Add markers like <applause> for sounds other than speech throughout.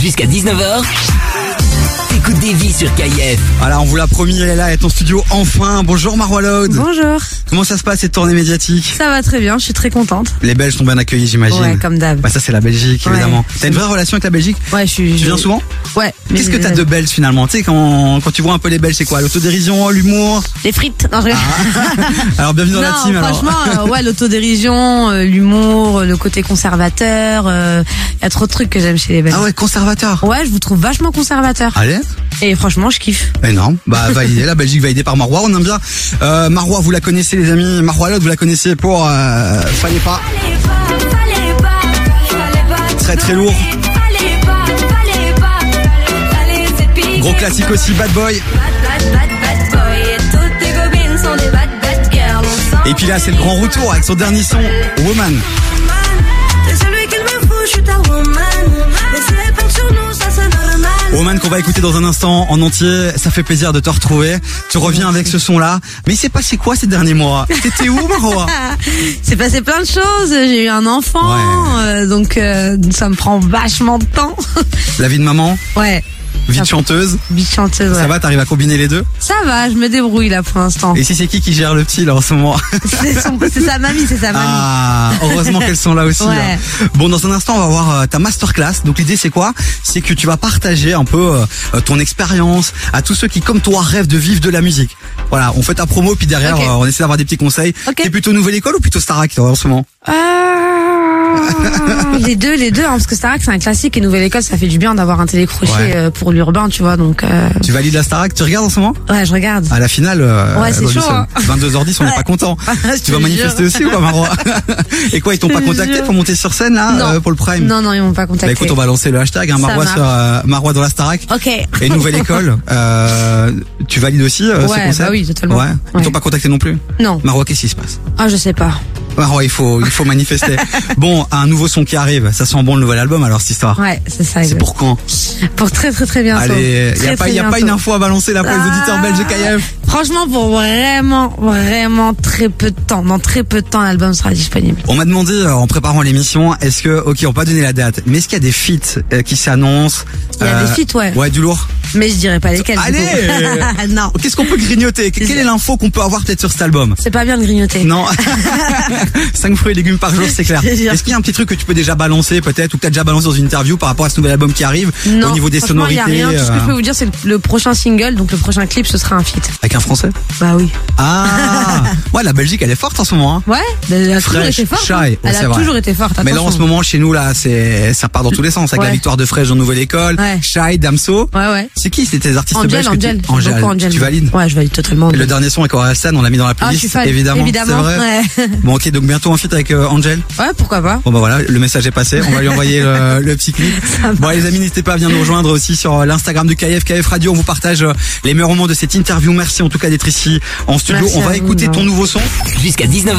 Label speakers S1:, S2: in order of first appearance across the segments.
S1: Jusqu'à 19h, t'écoutes des vies sur KIF.
S2: Voilà, on vous l'a promis, elle est là, elle est en studio enfin. Bonjour Marois Laude.
S3: Bonjour,
S2: Comment ça se passe cette tournée médiatique
S3: ça va très bien, je suis très contente.
S2: Les Belges sont bien accueillis, j'imagine.
S3: Ouais, comme d'hab.
S2: Bah ça c'est la Belgique,
S3: Ouais.
S2: évidemment. T'as une vraie relation avec la Belgique
S3: Ouais, je suis.
S2: Tu
S3: je-
S2: viens souvent
S3: Ouais. mais
S2: Qu'est-ce que
S3: je-
S2: t'as de Belge finalement Tu sais, quand, quand tu vois un peu les Belges, c'est quoi L'autodérision, l'humour
S3: Les frites. Non, je rigole.
S2: Alors bienvenue Ah, dans la
S3: Non,
S2: team alors.
S3: franchement, euh, ouais, l'autodérision, euh, l'humour, euh, le côté conservateur. Il y a trop de trucs que j'aime chez les Belges.
S2: Ah ouais, Ah. conservateur.
S3: ouais. je vous trouve vachement conservateur.
S2: Allez,
S3: Et franchement, je kiffe.
S2: énorme. Bah
S3: <laughs>
S2: validé, la Belgique validée par Marois, on aime bien. Euh, Marois, vous la connaissez les amis. Marois Laude, vous la connaissez pour euh, Fallait pas.
S4: Très très lourd.
S2: Gros
S4: Gros classique.
S2: classique aussi, Bad Boy.
S4: Et puis là, c'est le grand retour avec son dernier son.
S2: Woman. Woman qu'on va écouter dans un instant en entier, ça fait plaisir de te retrouver. Tu reviens avec ce son-là, mais il s'est passé quoi ces derniers mois T'étais où
S3: <laughs>
S2: Marois
S3: C'est passé plein de choses. J'ai eu un enfant, euh, donc euh, ça me prend vachement de temps. <laughs>
S2: La vie de maman,
S3: ouais,
S2: vie de chanteuse,
S3: beat chanteuse. ouais.
S2: ça va, t'arrives à combiner les deux
S3: Ça va, je me débrouille là pour l'instant.
S2: Et ici c'est qui qui gère le petit là en ce moment
S3: <laughs> C'est son- c'est sa mamie, c'est sa mamie.
S2: Ah, heureusement qu'elles sont là aussi.
S3: bah Ouais.
S2: hein. Bon, dans un instant, on va voir euh, ta masterclass. Donc l'idée c'est quoi C'est que tu vas partager un peu euh, euh, ton expérience à tous ceux qui, comme toi, rêvent de vivre de la musique. Voilà, on fait ta promo, puis derrière,
S3: Ok.
S2: euh, on essaie d'avoir des petits conseils.
S3: Ok.
S2: T'es plutôt nouvelle école ou plutôt Starac toi, en ce moment
S3: Ah, les deux, les deux, hein, parce que c'est vrai que c'est un classique et Nouvelle École, ça fait du bien d'avoir un télécrochet
S2: Ouais.
S3: euh, pour l'urbain, tu vois. Donc, euh,
S2: Tu valides la Starac Tu regardes en ce moment
S3: ouais, je regarde.
S2: À la finale, euh,
S3: Ouais, c'est
S2: Golden
S3: chaud,
S2: Sun.
S3: hein. Ah,
S2: 22h10, on n'est pas
S3: <laughs>
S2: content.
S3: Je
S2: tu
S3: te
S2: vas
S3: jure.
S2: manifester aussi ou pas,
S3: <laughs>
S2: Marois <laughs> Et quoi, ils t'ont
S3: Je
S2: pas
S3: te
S2: contacté
S3: jure.
S2: pour monter sur scène là
S3: Non.
S2: euh, pour le Prime
S3: Non, non, ils m'ont pas
S2: Bah
S3: contacté.
S2: écoute, on va lancer le hashtag hein,
S3: Ça
S2: Marois
S3: marche.
S2: sur euh, Marois dans la Starac.
S3: Ok.
S2: Et nouvelle
S3: <laughs>
S2: école, euh, tu valides aussi euh, ce
S3: Ouais,
S2: concept
S3: bah oui, totalement.
S2: Ouais. Ils
S3: Ouais.
S2: t'ont pas contacté non plus
S3: Non.
S2: Marois, qu'est-ce qui se passe
S3: Ah, je sais pas.
S2: Marois, il faut, il faut
S3: <laughs>
S2: manifester. bon, un nouveau son qui arrive, ça sent bon le nouvel album alors cette histoire.
S3: Ouais, c'est ça.
S2: C'est
S3: exact.
S2: pour quand
S3: Pour très, très, très bientôt.
S2: Allez, il
S3: Très,
S2: a pas,
S3: très
S2: y a pas une
S3: bientôt.
S2: info à balancer là pour les auditeurs
S3: Ah.
S2: belges de KF.
S3: Franchement, pour vraiment, vraiment très peu de temps. Dans très peu de temps, l'album sera disponible.
S2: On m'a demandé euh, en préparant l'émission, est-ce que, ok, on peut pas donner la date, mais est-ce qu'il y a des feats euh, qui s'annoncent euh,
S3: Il y a des feats, ouais.
S2: Ouais, du lourd.
S3: Mais je dirais pas lesquels. du
S2: Allez
S3: coup. <laughs> Non.
S2: Qu'est-ce qu'on peut grignoter Quelle est l'info qu'on peut avoir peut-être sur cet
S3: <laughs>
S2: album
S3: C'est pas bien de grignoter. <laughs>
S2: Non. 5 fruits et légumes par jour, c'est clair.
S3: Je te jure.
S2: Est-ce qu'il y a un petit truc que tu peux déjà balancer peut-être ou que tu as déjà balancé dans une interview par rapport à ce nouvel album qui arrive
S3: Non,
S2: au niveau des
S3: franchement,
S2: sonorités
S3: y a rien. Tout ce que je
S2: euh,
S3: peux vous dire, c'est le- le prochain single, donc le prochain clip, ce sera un feat.
S2: Avec un français
S3: Bah oui. <laughs>
S2: Ah Ouais, la Belgique elle est forte en ce moment. hein.
S3: Ouais, elle a toujours
S2: Fresh,
S3: été forte.
S2: shy,
S3: hein.
S2: ouais,
S3: elle
S2: c'est
S3: a
S2: vrai.
S3: toujours été forte.
S2: Mais là en ce
S3: attention.
S2: moment chez nous là c'est ça part dans tous les sens avec la
S3: Ouais.
S2: victoire de Fresh en Nouvelle École,
S3: Ouais.
S2: Shai, Damso.
S3: Ouais, ouais.
S2: C'est qui c'était les artistes
S3: Angel,
S2: belges que tu-
S3: Angel. j'aime
S2: Angel,
S3: beaucoup Angel.
S2: tu valides
S3: Ouais, je valide totalement.
S2: Et
S3: Angel.
S2: le dernier son avec Orelsan, on l'a mis dans la
S3: ah, je suis
S2: playlist,
S3: fan.
S2: évidemment.
S3: Évidemment.
S2: C'est vrai.
S3: Ouais. <laughs>
S2: Bon ok donc bientôt en feat avec euh, Angel.
S3: ouais, pourquoi pas.
S2: Bon bah voilà, le message est passé, on va lui envoyer
S3: <laughs>
S2: le, le petit clip. Bon les amis, n'hésitez pas à venir nous rejoindre aussi sur euh, l'Instagram du KF, KF Radio, on vous partage euh, les meilleurs moments de cette interview. Merci en tout cas d'être ici en studio.
S3: Merci
S2: on
S3: à
S2: va
S3: vous,
S2: écouter ton
S3: Laurent.
S2: nouveau son.
S1: Jusqu'à 19h,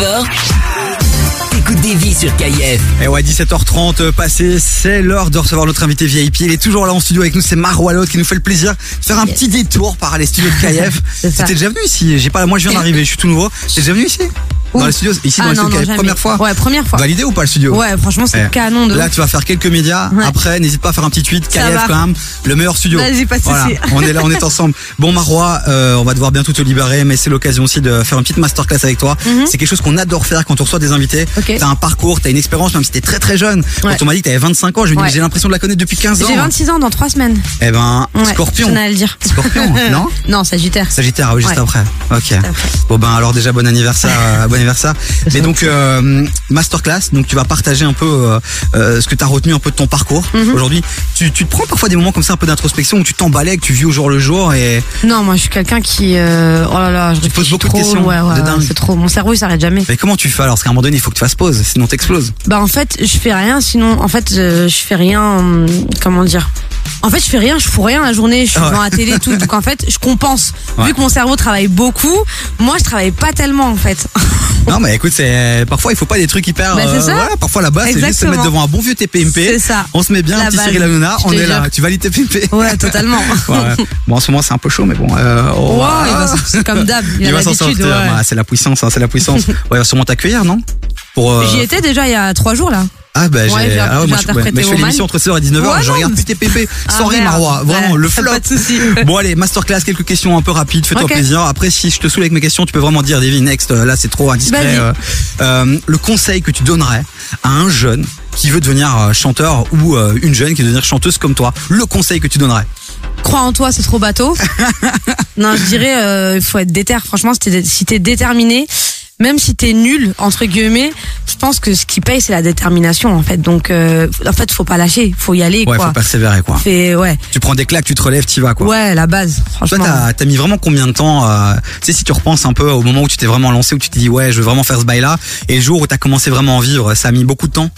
S1: t'écoutes des vies sur KIF.
S2: Et Eh ouais, 17h30 euh, passé, c'est l'heure de recevoir notre invité VIP. Il est toujours là en studio avec nous, c'est Maro Alot qui nous fait le plaisir de faire un petit détour par les
S3: <laughs>
S2: studios de KF.
S3: C'est ça.
S2: T'es déjà venu ici J'ai pas moi je viens d'arriver, je suis tout nouveau. T'es déjà venu ici Dans
S3: Ouh.
S2: les studios ici dans
S3: ah
S2: les
S3: non,
S2: studios
S3: non,
S2: KF,
S3: jamais.
S2: première fois.
S3: Ouais, première fois.
S2: Validé ou pas le studio
S3: Ouais, franchement, c'est
S2: Eh.
S3: canon de.
S2: Là,
S3: ouf.
S2: tu vas faire quelques médias.
S3: Ouais.
S2: Après, n'hésite pas à faire un petit tweet.
S3: Ça
S2: KF
S3: va.
S2: quand même, le meilleur studio.
S3: Vas-y, pas de
S2: Voilà,
S3: souci.
S2: on est là, on est ensemble. Bon, Marois, euh, on va devoir bientôt te libérer, mais c'est l'occasion aussi de faire une petite masterclass avec toi. C'est quelque chose qu'on adore faire quand on reçoit des invités.
S3: Mhm. Ok.
S2: T'as un parcours, t'as une expérience, même si t'es très très jeune.
S3: Ouais.
S2: Quand on m'a dit que t'avais 25 ans, je me dis,
S3: Ouais.
S2: mais j'ai l'impression de la connaître depuis 15 ans.
S3: J'ai 26 ans dans 3 semaines.
S2: Eh ben,
S3: Ouais,
S2: Scorpion.
S3: je tenais à le dire. <laughs>
S2: Scorpion, non
S3: Non, Sagittaire.
S2: Sagittaire, ah oui, juste
S3: Ouais.
S2: après. Ok.
S3: après.
S2: Bon ben alors déjà bon
S3: <laughs>
S2: anniversaire, euh, bon anniversaire. Mais donc euh, masterclass, donc tu vas partager un peu euh, euh, ce que t'as retenu un peu de ton parcours
S3: Mhm.
S2: aujourd'hui. Tu, tu te prends parfois des moments comme ça un peu d'introspection où tu t'emballais, que tu vis au jour le jour et
S3: Non, moi, je suis quelqu'un qui. euh, Oh là là, je
S2: Tu te poses
S3: réfléchis
S2: beaucoup de
S3: trop.
S2: questions,
S3: Ouais, ouais,
S2: de dingue.
S3: ouais, c'est trop. Mon cerveau, il s'arrête jamais.
S2: mais comment tu fais alors Parce qu'à un moment donné il faut que tu fasses pause, sinon
S3: <laughs>
S2: t'exploses.
S3: Bah en fait, je fais rien sinon en fait euh, je fais rien hum, comment dire en fait, je fais rien, je fous rien la journée, je suis
S2: Ah ouais.
S3: devant la télé et tout. Donc en fait, je compense.
S2: Ouais.
S3: Vu que mon cerveau travaille beaucoup, moi je travaille pas tellement en fait.
S2: Non mais écoute, c'est parfois il faut pas des trucs hyper. euh,
S3: Bah, c'est ça.
S2: voilà, parfois là bas c'est juste se
S3: Exactement.
S2: mettre devant un bon vieux TPMP.
S3: C'est ça.
S2: On se met bien un
S3: La
S2: petit
S3: base.
S2: Cyril Hanouna,
S3: Je
S2: on
S3: te
S2: est là.
S3: jure.
S2: Tu valides
S3: <laughs>
S2: TPMP.
S3: <laughs> Ouais, totalement.
S2: Ouais, ouais. Bon en ce moment c'est un peu chaud mais bon. euh, oh,
S3: Wow,
S2: ah.
S3: il va s'en- c'est comme d'hab,
S2: Il
S3: il, a
S2: va s'en
S3: l'habitude.
S2: sortir.
S3: ouais. <laughs>
S2: Bah, c'est la puissance, hein, c'est la puissance. ouais, il va sûrement t'accueillir, non Pour. euh,
S3: J'y étais déjà il y a trois jours là.
S2: Ah bah j'ai
S3: Ouais,
S2: ah ouais,
S3: j'ai- j'ai
S2: moi, je, ouais,
S3: interprété
S2: mais je fais
S3: Woman.
S2: l'émission entre 16h et 19h,
S3: Ouais,
S2: je
S3: non,
S2: regarde
S3: mais-
S2: PTPP,
S3: Ah,
S2: sorry
S3: merde.
S2: Marois, vraiment
S3: Ouais,
S2: le
S3: <laughs> pas
S2: flop.
S3: de souci.
S2: Bon allez, masterclass, quelques questions un peu rapides, fais-toi
S3: Ok.
S2: plaisir. Après si je te saoule avec mes questions, tu peux vraiment dire Davy next, euh, là c'est trop indiscret.
S3: Vas-y.
S2: euh, euh, le conseil que tu donnerais à un jeune qui veut devenir euh, chanteur ou euh, une jeune qui veut devenir chanteuse comme toi, le conseil que tu donnerais.
S3: Crois en toi, c'est trop
S2: <laughs>
S3: bateau. non, je dirais, euh, il faut être déter. Franchement, si t'es, si t'es déterminé, même si t'es nul entre guillemets, je pense que ce qui paye, c'est la détermination en fait. Donc, euh, en fait, faut pas lâcher, faut y aller
S2: Ouais,
S3: quoi.
S2: faut persévérer quoi.
S3: Fais- ouais,
S2: Tu prends des claques, tu te relèves, tu vas quoi.
S3: ouais, la base.
S2: Toi,
S3: Franchement.
S2: t'as as mis vraiment combien de temps euh, Tu sais, si tu repenses un peu au moment où tu t'es vraiment lancé, où tu t'es dit ouais, je veux vraiment faire ce bail-là, et le jour où t'as commencé vraiment à en vivre, ça a mis beaucoup de temps.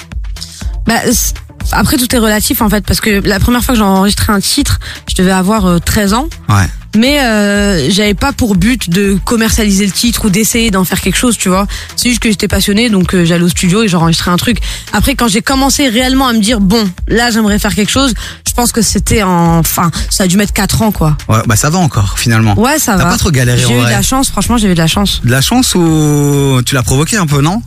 S3: Bah, c'est- après, tout est relatif en fait, parce que la première fois que j'ai enregistré un titre, je devais avoir euh, 13 ans.
S2: Ouais.
S3: Mais euh, j'avais pas pour but de commercialiser le titre ou d'essayer d'en faire quelque chose, tu vois. C'est juste que j'étais passionnée, donc euh, j'allais au studio et j'enregistrais un truc. Après, quand j'ai commencé réellement à me dire bon, là j'aimerais faire quelque chose, je pense que c'était en, enfin, ça a dû mettre 4 ans, quoi.
S2: Ouais, bah ça va encore finalement.
S3: Ouais, ça
S2: T'as
S3: va.
S2: pas trop galéré, en
S3: J'ai eu de
S2: vrai.
S3: la chance, franchement, j'ai eu de la chance.
S2: De la chance ou tu l'as provoqué un peu, non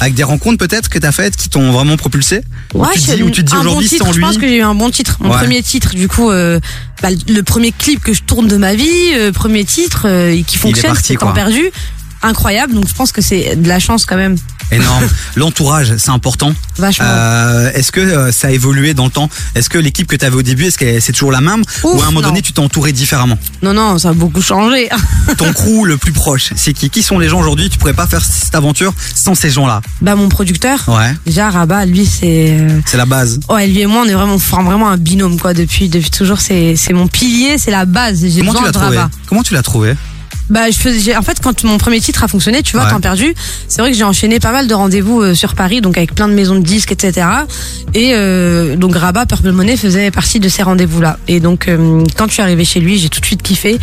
S2: Avec des rencontres peut-être que t'as faites qui t'ont vraiment propulsé Ou tu te
S3: c'est
S2: dis, ou tu te dis
S3: un bon
S2: aujourd'hui
S3: titre,
S2: sans
S3: Je
S2: lui
S3: pense que j'ai eu un bon titre. Mon
S2: Ouais.
S3: premier titre, du coup, euh, bah, le premier clip que je tourne de ma vie, euh, premier titre euh, et qui fonctionne,
S2: parti,
S3: c'est
S2: quoi.
S3: temps perdu. Incroyable, donc je pense que c'est de la chance quand même. <laughs>
S2: Énorme. L'entourage, c'est important.
S3: Vachement.
S2: Euh, est-ce que euh, ça a évolué dans le temps Est-ce que l'équipe que t'avais au début, est-ce que c'est toujours la même Ou
S3: Ouf,
S2: à un moment
S3: non.
S2: donné, tu t'es entouré différemment
S3: Non, non, ça a beaucoup changé. <laughs>
S2: Ton crew le plus proche, c'est qui Qui sont les gens aujourd'hui Tu pourrais pas faire cette aventure sans ces gens-là.
S3: bah, mon producteur,
S2: Ouais,
S3: déjà, Rabat, lui, c'est. euh,
S2: c'est la base.
S3: Ouais, lui et moi, on est vraiment, on forme vraiment un binôme, quoi, depuis, depuis toujours. C'est c'est mon pilier, c'est la base. J'ai
S2: Comment tu
S3: besoin
S2: l'as
S3: de
S2: trouvé
S3: Rabat.
S2: Comment tu l'as trouvé
S3: Bah, je faisais, j'ai- en fait, quand mon premier titre a fonctionné, tu vois,
S2: Ouais.
S3: temps perdu, c'est vrai que j'ai enchaîné pas mal de rendez-vous euh, sur Paris, donc avec plein de maisons de disques, etc. Et euh, donc Rabat, Purple Money faisait partie de ces rendez-vous-là. Et donc, euh, quand je suis arrivée chez lui, j'ai tout de suite kiffé.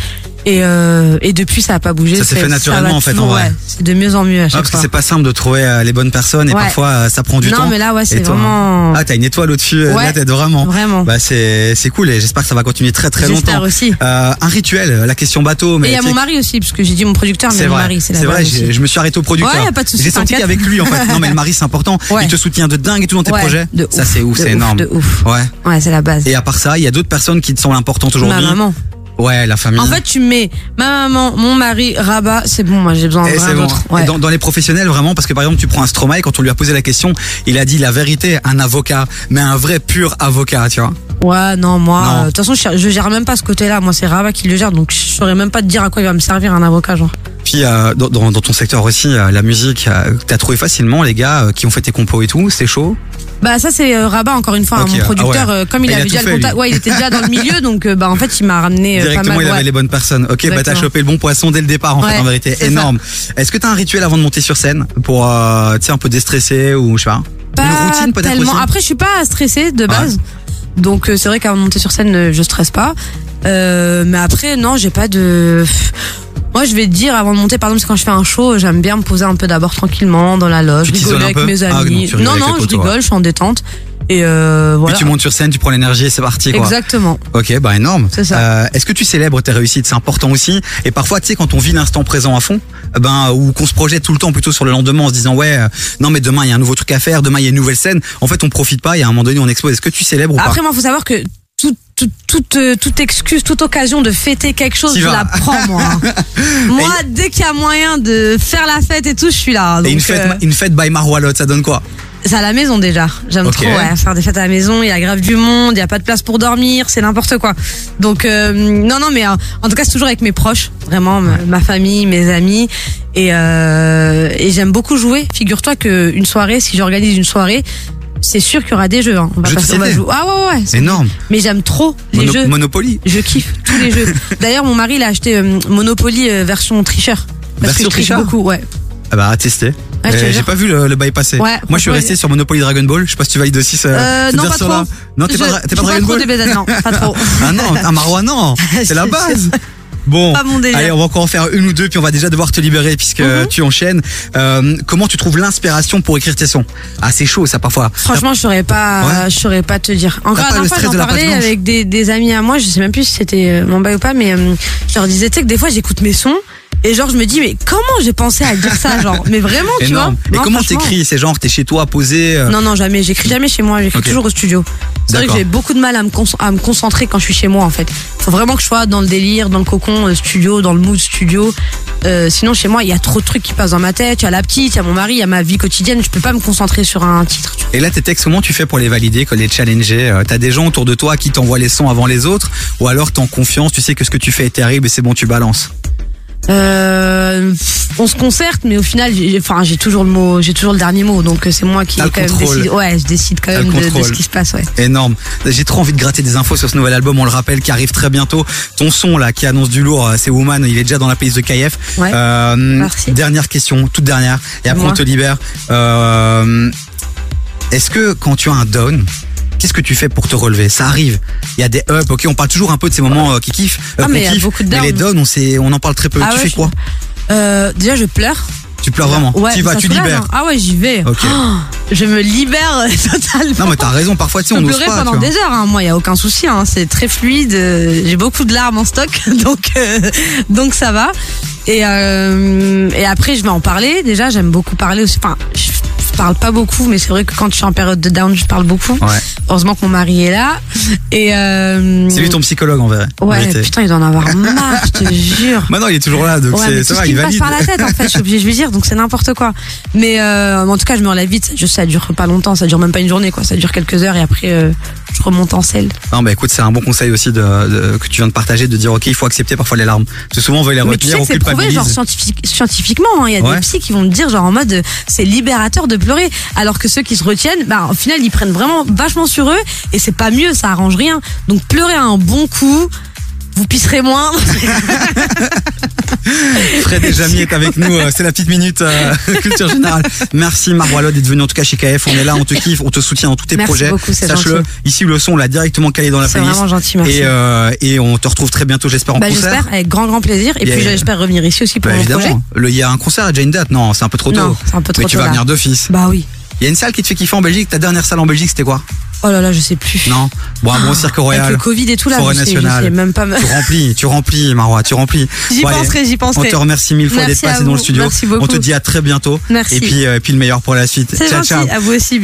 S3: Et, euh, et depuis, ça a pas bougé.
S2: Ça s'est
S3: C'est-
S2: fait naturellement,
S3: va
S2: en fait, en
S3: toujours,
S2: vrai.
S3: ouais, c'est de mieux en mieux à
S2: Ah,
S3: chaque
S2: Parce que
S3: fois.
S2: c'est pas simple de trouver euh, les bonnes personnes et
S3: Ouais.
S2: parfois euh, ça prend du
S3: non,
S2: temps.
S3: mais là, ouais, c'est
S2: toi,
S3: vraiment.
S2: Ah, t'as une étoile au-dessus euh, de la
S3: Ouais.
S2: tête, vraiment.
S3: Vraiment.
S2: Bah, c'est c'est cool et j'espère que ça va continuer très très
S3: J'espère
S2: longtemps.
S3: aussi.
S2: Euh, un rituel, la question bateau, mais
S3: Et il y a
S2: tu sais,
S3: mon mari aussi, parce que j'ai dit mon producteur, mais
S2: C'est
S3: mon
S2: vrai,
S3: mari, c'est la
S2: c'est vrai
S3: base
S2: j'ai-
S3: aussi.
S2: je me suis arrêté au producteur.
S3: Ouais, y a pas de souci,
S2: J'ai senti
S3: t'inquiète.
S2: qu'avec lui, en fait. Non, mais le mari, c'est important.
S3: <laughs> Ouais.
S2: Il te soutient de dingue et tout dans tes
S3: Ouais,
S2: projets.
S3: de
S2: ça,
S3: ouf,
S2: c'est ouf,
S3: de
S2: c'est
S3: ouf,
S2: énorme.
S3: de ouf.
S2: Ouais.
S3: Ouais, c'est la base.
S2: Et à part ça, il y a d'autres personnes qui te semblent importantes aujourd'hui.
S3: Ma Bah, maman.
S2: Ouais, la famille.
S3: En fait, tu mets ma maman, mon mari, Rabat, c'est bon, moi j'ai besoin de
S2: Et Eh, c'est
S3: rien
S2: bon.
S3: d'autre.
S2: Et
S3: Ouais.
S2: dans, dans les professionnels, vraiment, parce que par exemple, tu prends un Stromae, quand on lui a posé la question, il a dit la vérité, un avocat, mais un vrai pur avocat, tu vois.
S3: Ouais, non,
S2: Non.
S3: moi, euh, de toute façon, je, je gère même pas ce côté-là. Moi, c'est Rabat qui le gère, donc je saurais même pas te dire à quoi il va me servir un avocat, genre.
S2: Puis euh, dans, dans, dans ton secteur aussi, euh, la musique, euh, que t'as trouvé facilement les gars euh, qui ont fait tes compos et tout, c'est chaud.
S3: Bah, ça, c'est euh, Rabat, encore une fois, hein,
S2: Ok,
S3: mon
S2: ah
S3: producteur,
S2: ouais.
S3: euh, comme il,
S2: Il a
S3: avait
S2: tout
S3: déjà
S2: fait,
S3: le contact.
S2: lui.
S3: Ouais, il était déjà dans le milieu, donc, euh, bah, en fait, il m'a ramené euh, pas
S2: Directement,
S3: mal.
S2: il avait
S3: ouais.
S2: les bonnes personnes. Ok, bah t'as
S3: Exactement.
S2: chopé le bon poisson dès le départ, en fait,
S3: Ouais,
S2: en vérité,
S3: c'est ça.
S2: énorme. Est-ce que t'as un rituel avant de monter sur scène pour, euh, tu sais, un peu déstresser ou je sais pas
S3: Pas
S2: Une routine peut-être aussi
S3: tellement. Après, je suis pas stressée de base. Donc, euh, c'est vrai qu'avant de monter sur scène, euh, je stresse pas. Euh, mais après, non, j'ai pas de. Moi, je vais te dire, avant de monter, par exemple, c'est quand je fais un show, j'aime bien me poser un peu d'abord tranquillement dans la loge,
S2: Tu t'isoles
S3: rigoler
S2: un
S3: avec
S2: peu
S3: mes
S2: Ah, non,
S3: amis.
S2: tu rigoles
S3: non,
S2: avec
S3: non,
S2: les
S3: je
S2: potes, ouais.
S3: rigole, je suis en détente. Et euh,
S2: Puis
S3: voilà.
S2: tu montes sur scène, tu prends l'énergie et c'est parti, quoi.
S3: Exactement.
S2: Ok, bah énorme.
S3: C'est ça.
S2: Euh, Est-ce que tu célèbres tes réussites C'est important aussi. Et parfois, tu sais, quand on vit l'instant présent à fond, euh, ben ou qu'on se projette tout le temps plutôt sur le lendemain en se disant ouais, euh, non mais demain il y a un nouveau truc à faire, demain il y a une nouvelle scène. En fait, on profite pas. Il y a un moment donné, on explose. Est-ce que tu célèbres ou
S3: Après, moi, faut savoir que tout- tout- toute, euh, toute excuse, toute occasion de fêter quelque chose,
S2: T'y
S3: je
S2: vas.
S3: la
S2: <laughs>
S3: prends, moi. moi, dès qu'il y a moyen de faire la fête et tout, je suis là.
S2: pas Et une
S3: Donc,
S2: fête,
S3: euh,
S2: une fête by Maroualotte, ça donne quoi
S3: C'est à la maison déjà. J'aime
S2: Ok.
S3: trop ouais, faire des fêtes à la maison. Il y a grave du monde, il y a pas de place pour dormir, c'est n'importe quoi. Donc euh, non non mais euh, en tout cas c'est toujours avec mes proches, vraiment ma- ma famille, mes amis et euh, et j'aime beaucoup jouer. Figure-toi que une soirée, si j'organise une soirée, c'est sûr qu'il y aura des jeux. hein. On va
S2: Jeux de
S3: passer, on va
S2: société.
S3: jouer. Ah ouais ouais. ouais.
S2: Énorme.
S3: Mais j'aime trop les
S2: Mono-
S3: jeux.
S2: Monopoly.
S3: Je kiffe tous
S2: <laughs>
S3: les jeux. D'ailleurs mon mari il a acheté euh, Monopoly euh, version tricheur. Parce
S2: Version
S3: que je triche
S2: tricheur
S3: beaucoup ouais.
S2: Ah bah à tester.
S3: Ouais, je te
S2: Euh, J'ai
S3: jure.
S2: pas vu le, le bail passer.
S3: Ouais,
S2: Moi je suis
S3: franchement,
S2: resté
S3: il-
S2: sur Monopoly Dragon Ball. Je sais pas si tu valides aussi ce,
S3: Euh,
S2: cette
S3: non, pas
S2: version-là.
S3: trop.
S2: Non, t'es
S3: Je-
S2: pas, dra- t'es
S3: je
S2: pas
S3: suis
S2: Dragon
S3: trop
S2: Ball.
S3: DBZ, non, pas trop.
S2: <laughs> Ah non, un marois
S3: <laughs>
S2: non, c'est la
S3: Je te
S2: base. Bon,
S3: Ah, Pas mon délire. Mhm.
S2: allez, on va encore en faire une ou deux, puis on va déjà devoir te libérer puisque tu enchaînes. Euh, comment tu trouves l'inspiration pour écrire tes sons Ah, c'est chaud ça parfois.
S3: Franchement, je saurais pas,
S2: Ouais.
S3: je saurais pas te dire. Encore
S2: pas
S3: la
S2: le
S3: dernière fois,
S2: stress
S3: j'en
S2: de la page
S3: parlais
S2: blanche
S3: avec des, des amis à moi, je sais même plus si c'était euh, mon bail ou pas, mais euh, je leur disais, tu sais que des fois, j'écoute mes sons Et genre, je me dis, mais comment j'ai pensé à dire ça, genre Mais vraiment, tu
S2: Énorme.
S3: vois
S2: Et
S3: Non,
S2: comment
S3: franchement.
S2: t'écris C'est genre, t'es chez toi, posé. euh,
S3: Non, non, jamais. J'écris jamais chez moi. J'écris
S2: Ok.
S3: toujours au studio. C'est vrai que
S2: D'accord.
S3: j'ai beaucoup de mal à me, con- à me concentrer quand je suis chez moi, en fait. Faut vraiment que je sois dans le délire, dans le cocon euh, studio, dans le mood studio. Euh, sinon, chez moi, il y a trop de trucs qui passent dans ma tête. Il y a la petite, il y a mon mari, il y a ma vie quotidienne. Je peux pas me concentrer sur un titre. tu vois.
S2: Et là, tes textes, comment tu fais pour les valider, que les challenger Euh, T'as des gens autour de toi qui t'envoient les sons avant les autres Ou alors t'es en confiance, tu sais que ce que tu fais est terrible et c'est bon, tu balances
S3: Euh, pff, on se concerte, mais au final, j'ai j'ai- enfin, j'ai toujours le mot, j'ai toujours le dernier mot. Donc, euh, c'est moi qui
S2: T'as le
S3: quand même
S2: contrôle.
S3: décide. Ouais, je décide quand
S2: T'as le
S3: même de- de, ce
S2: contrôle.
S3: qui se passe. Ouais.
S2: Énorme. J'ai trop envie de gratter des infos sur ce nouvel album, on le rappelle, qui arrive très bientôt. Ton son, là, qui annonce du lourd, euh, c'est Woman, il est déjà dans la playlist de KF.
S3: Ouais.
S2: Euh,
S3: Merci.
S2: dernière question, toute dernière, et après
S3: Moi.
S2: on te libère. Euh, Est-ce que quand tu as un down, qu'est-ce que tu fais pour te relever Ça arrive. Il y a des ups, ok, on parle toujours un peu de ces moments euh, qui kiffent. euh,
S3: Ah,
S2: qu'on
S3: mais il y a
S2: kiffe,
S3: beaucoup de
S2: Mais les
S3: downs.
S2: downs, on, sait- on en parle très peu.
S3: Ah
S2: tu
S3: ouais,
S2: fais
S3: je-
S2: quoi
S3: Euh, déjà, je pleure.
S2: Tu pleures vraiment.
S3: Ouais,
S2: tu y vas,
S3: ça
S2: tu
S3: se lève,
S2: libères.
S3: hein. Ah ouais, j'y vais.
S2: Ok.
S3: je me libère <laughs> totalement.
S2: Non, mais t'as raison, parfois, tu sais,
S3: Je
S2: on
S3: peux
S2: n'ose
S3: pleurer
S2: pas. tu
S3: pendant
S2: vois.
S3: des heures, hein. moi, il n'y a aucun souci, hein. c'est très fluide, euh, j'ai beaucoup de larmes en stock, <laughs> donc, euh, donc ça va. Et, euh, et après, je vais en parler, déjà, j'aime beaucoup parler aussi, enfin, je je parle pas beaucoup, mais c'est vrai que quand je suis en période de down, je parle beaucoup.
S2: Ouais.
S3: Heureusement que mon mari est là. Et euh,
S2: C'est lui ton psychologue, en vrai. en
S3: Ouais,
S2: vérité.
S3: putain, il doit en avoir marre, je te <laughs> jure.
S2: Maintenant, il est toujours là, donc
S3: Ouais,
S2: c'est
S3: mais
S2: ça
S3: tout
S2: va,
S3: ce qui
S2: il
S3: me passe
S2: valide.
S3: par la tête, en fait, je suis obligée de lui dire, donc c'est n'importe quoi. Mais euh, en tout cas, je me relève vite. Je sais, ça dure pas longtemps, ça dure même pas une journée, quoi. Ça dure quelques heures et après, euh, je remonte en selle.
S2: Non, mais écoute, c'est un bon conseil aussi de, de- que tu viens de partager, de dire, ok, il faut accepter parfois les larmes. Parce que souvent, on veut les
S3: Mais tu
S2: retenir,
S3: sais que
S2: on
S3: c'est prouvé,
S2: culpabilise.
S3: genre scientifique, scientifiquement. hein. Il y a
S2: Ouais.
S3: des psys qui vont te dire, genre en mode, euh, c'est libérateur de pleurer. Alors que ceux qui se retiennent, bah, au final, ils prennent vraiment vachement sur eux et c'est pas mieux, ça arrange rien. Donc pleurer un bon coup. Vous pisserez moins.
S2: Fred et Jamy est avec nous. euh, C'est la petite minute
S3: <laughs>
S2: euh, culture générale. Merci Maroilot d'être venu en tout cas chez KF. On est là, on te kiffe, on te soutient dans tous tes
S3: Merci
S2: projets.
S3: beaucoup, c'est
S2: Sache-le.
S3: gentil.
S2: Ici le son, on l'a directement calé dans la
S3: C'est
S2: playlist.
S3: vraiment gentil, merci.
S2: Et, euh, et on te retrouve très bientôt, j'espère en
S3: Bah,
S2: concert.
S3: j'espère, avec grand, grand plaisir. Et
S2: Yeah.
S3: puis, j'espère revenir ici aussi pour
S2: Bah,
S3: mon projet.
S2: évidemment. Le- Il y a un concert à Jane Date. Non, c'est un peu trop tôt.
S3: Non, c'est un peu trop
S2: Mais tu
S3: tôt,
S2: vas
S3: là.
S2: venir d'office.
S3: Bah oui.
S2: Il y a une salle qui te fait kiffer en Belgique. Ta dernière salle en Belgique, c'était quoi
S3: Oh là là, je sais plus.
S2: Non. Bon, un bon cirque royal.
S3: Ah, Avec le Covid et tout là,
S2: Forêt
S3: je sais, je
S2: nationale.
S3: sais même pas. me-
S2: Tu remplis, tu remplis, Marois, tu remplis.
S3: <laughs> J'y
S2: Bon, allez,
S3: penserai, j'y
S2: On
S3: penserai.
S2: te remercie mille fois
S3: Merci
S2: d'être
S3: à
S2: passé dans le
S3: vous.
S2: studio.
S3: Merci
S2: on
S3: beaucoup.
S2: te dit à très bientôt.
S3: Merci.
S2: Et puis, euh, et puis le meilleur pour la suite.
S3: C'est
S2: Ciao,
S3: gentil,
S2: ciao.
S3: à vous aussi.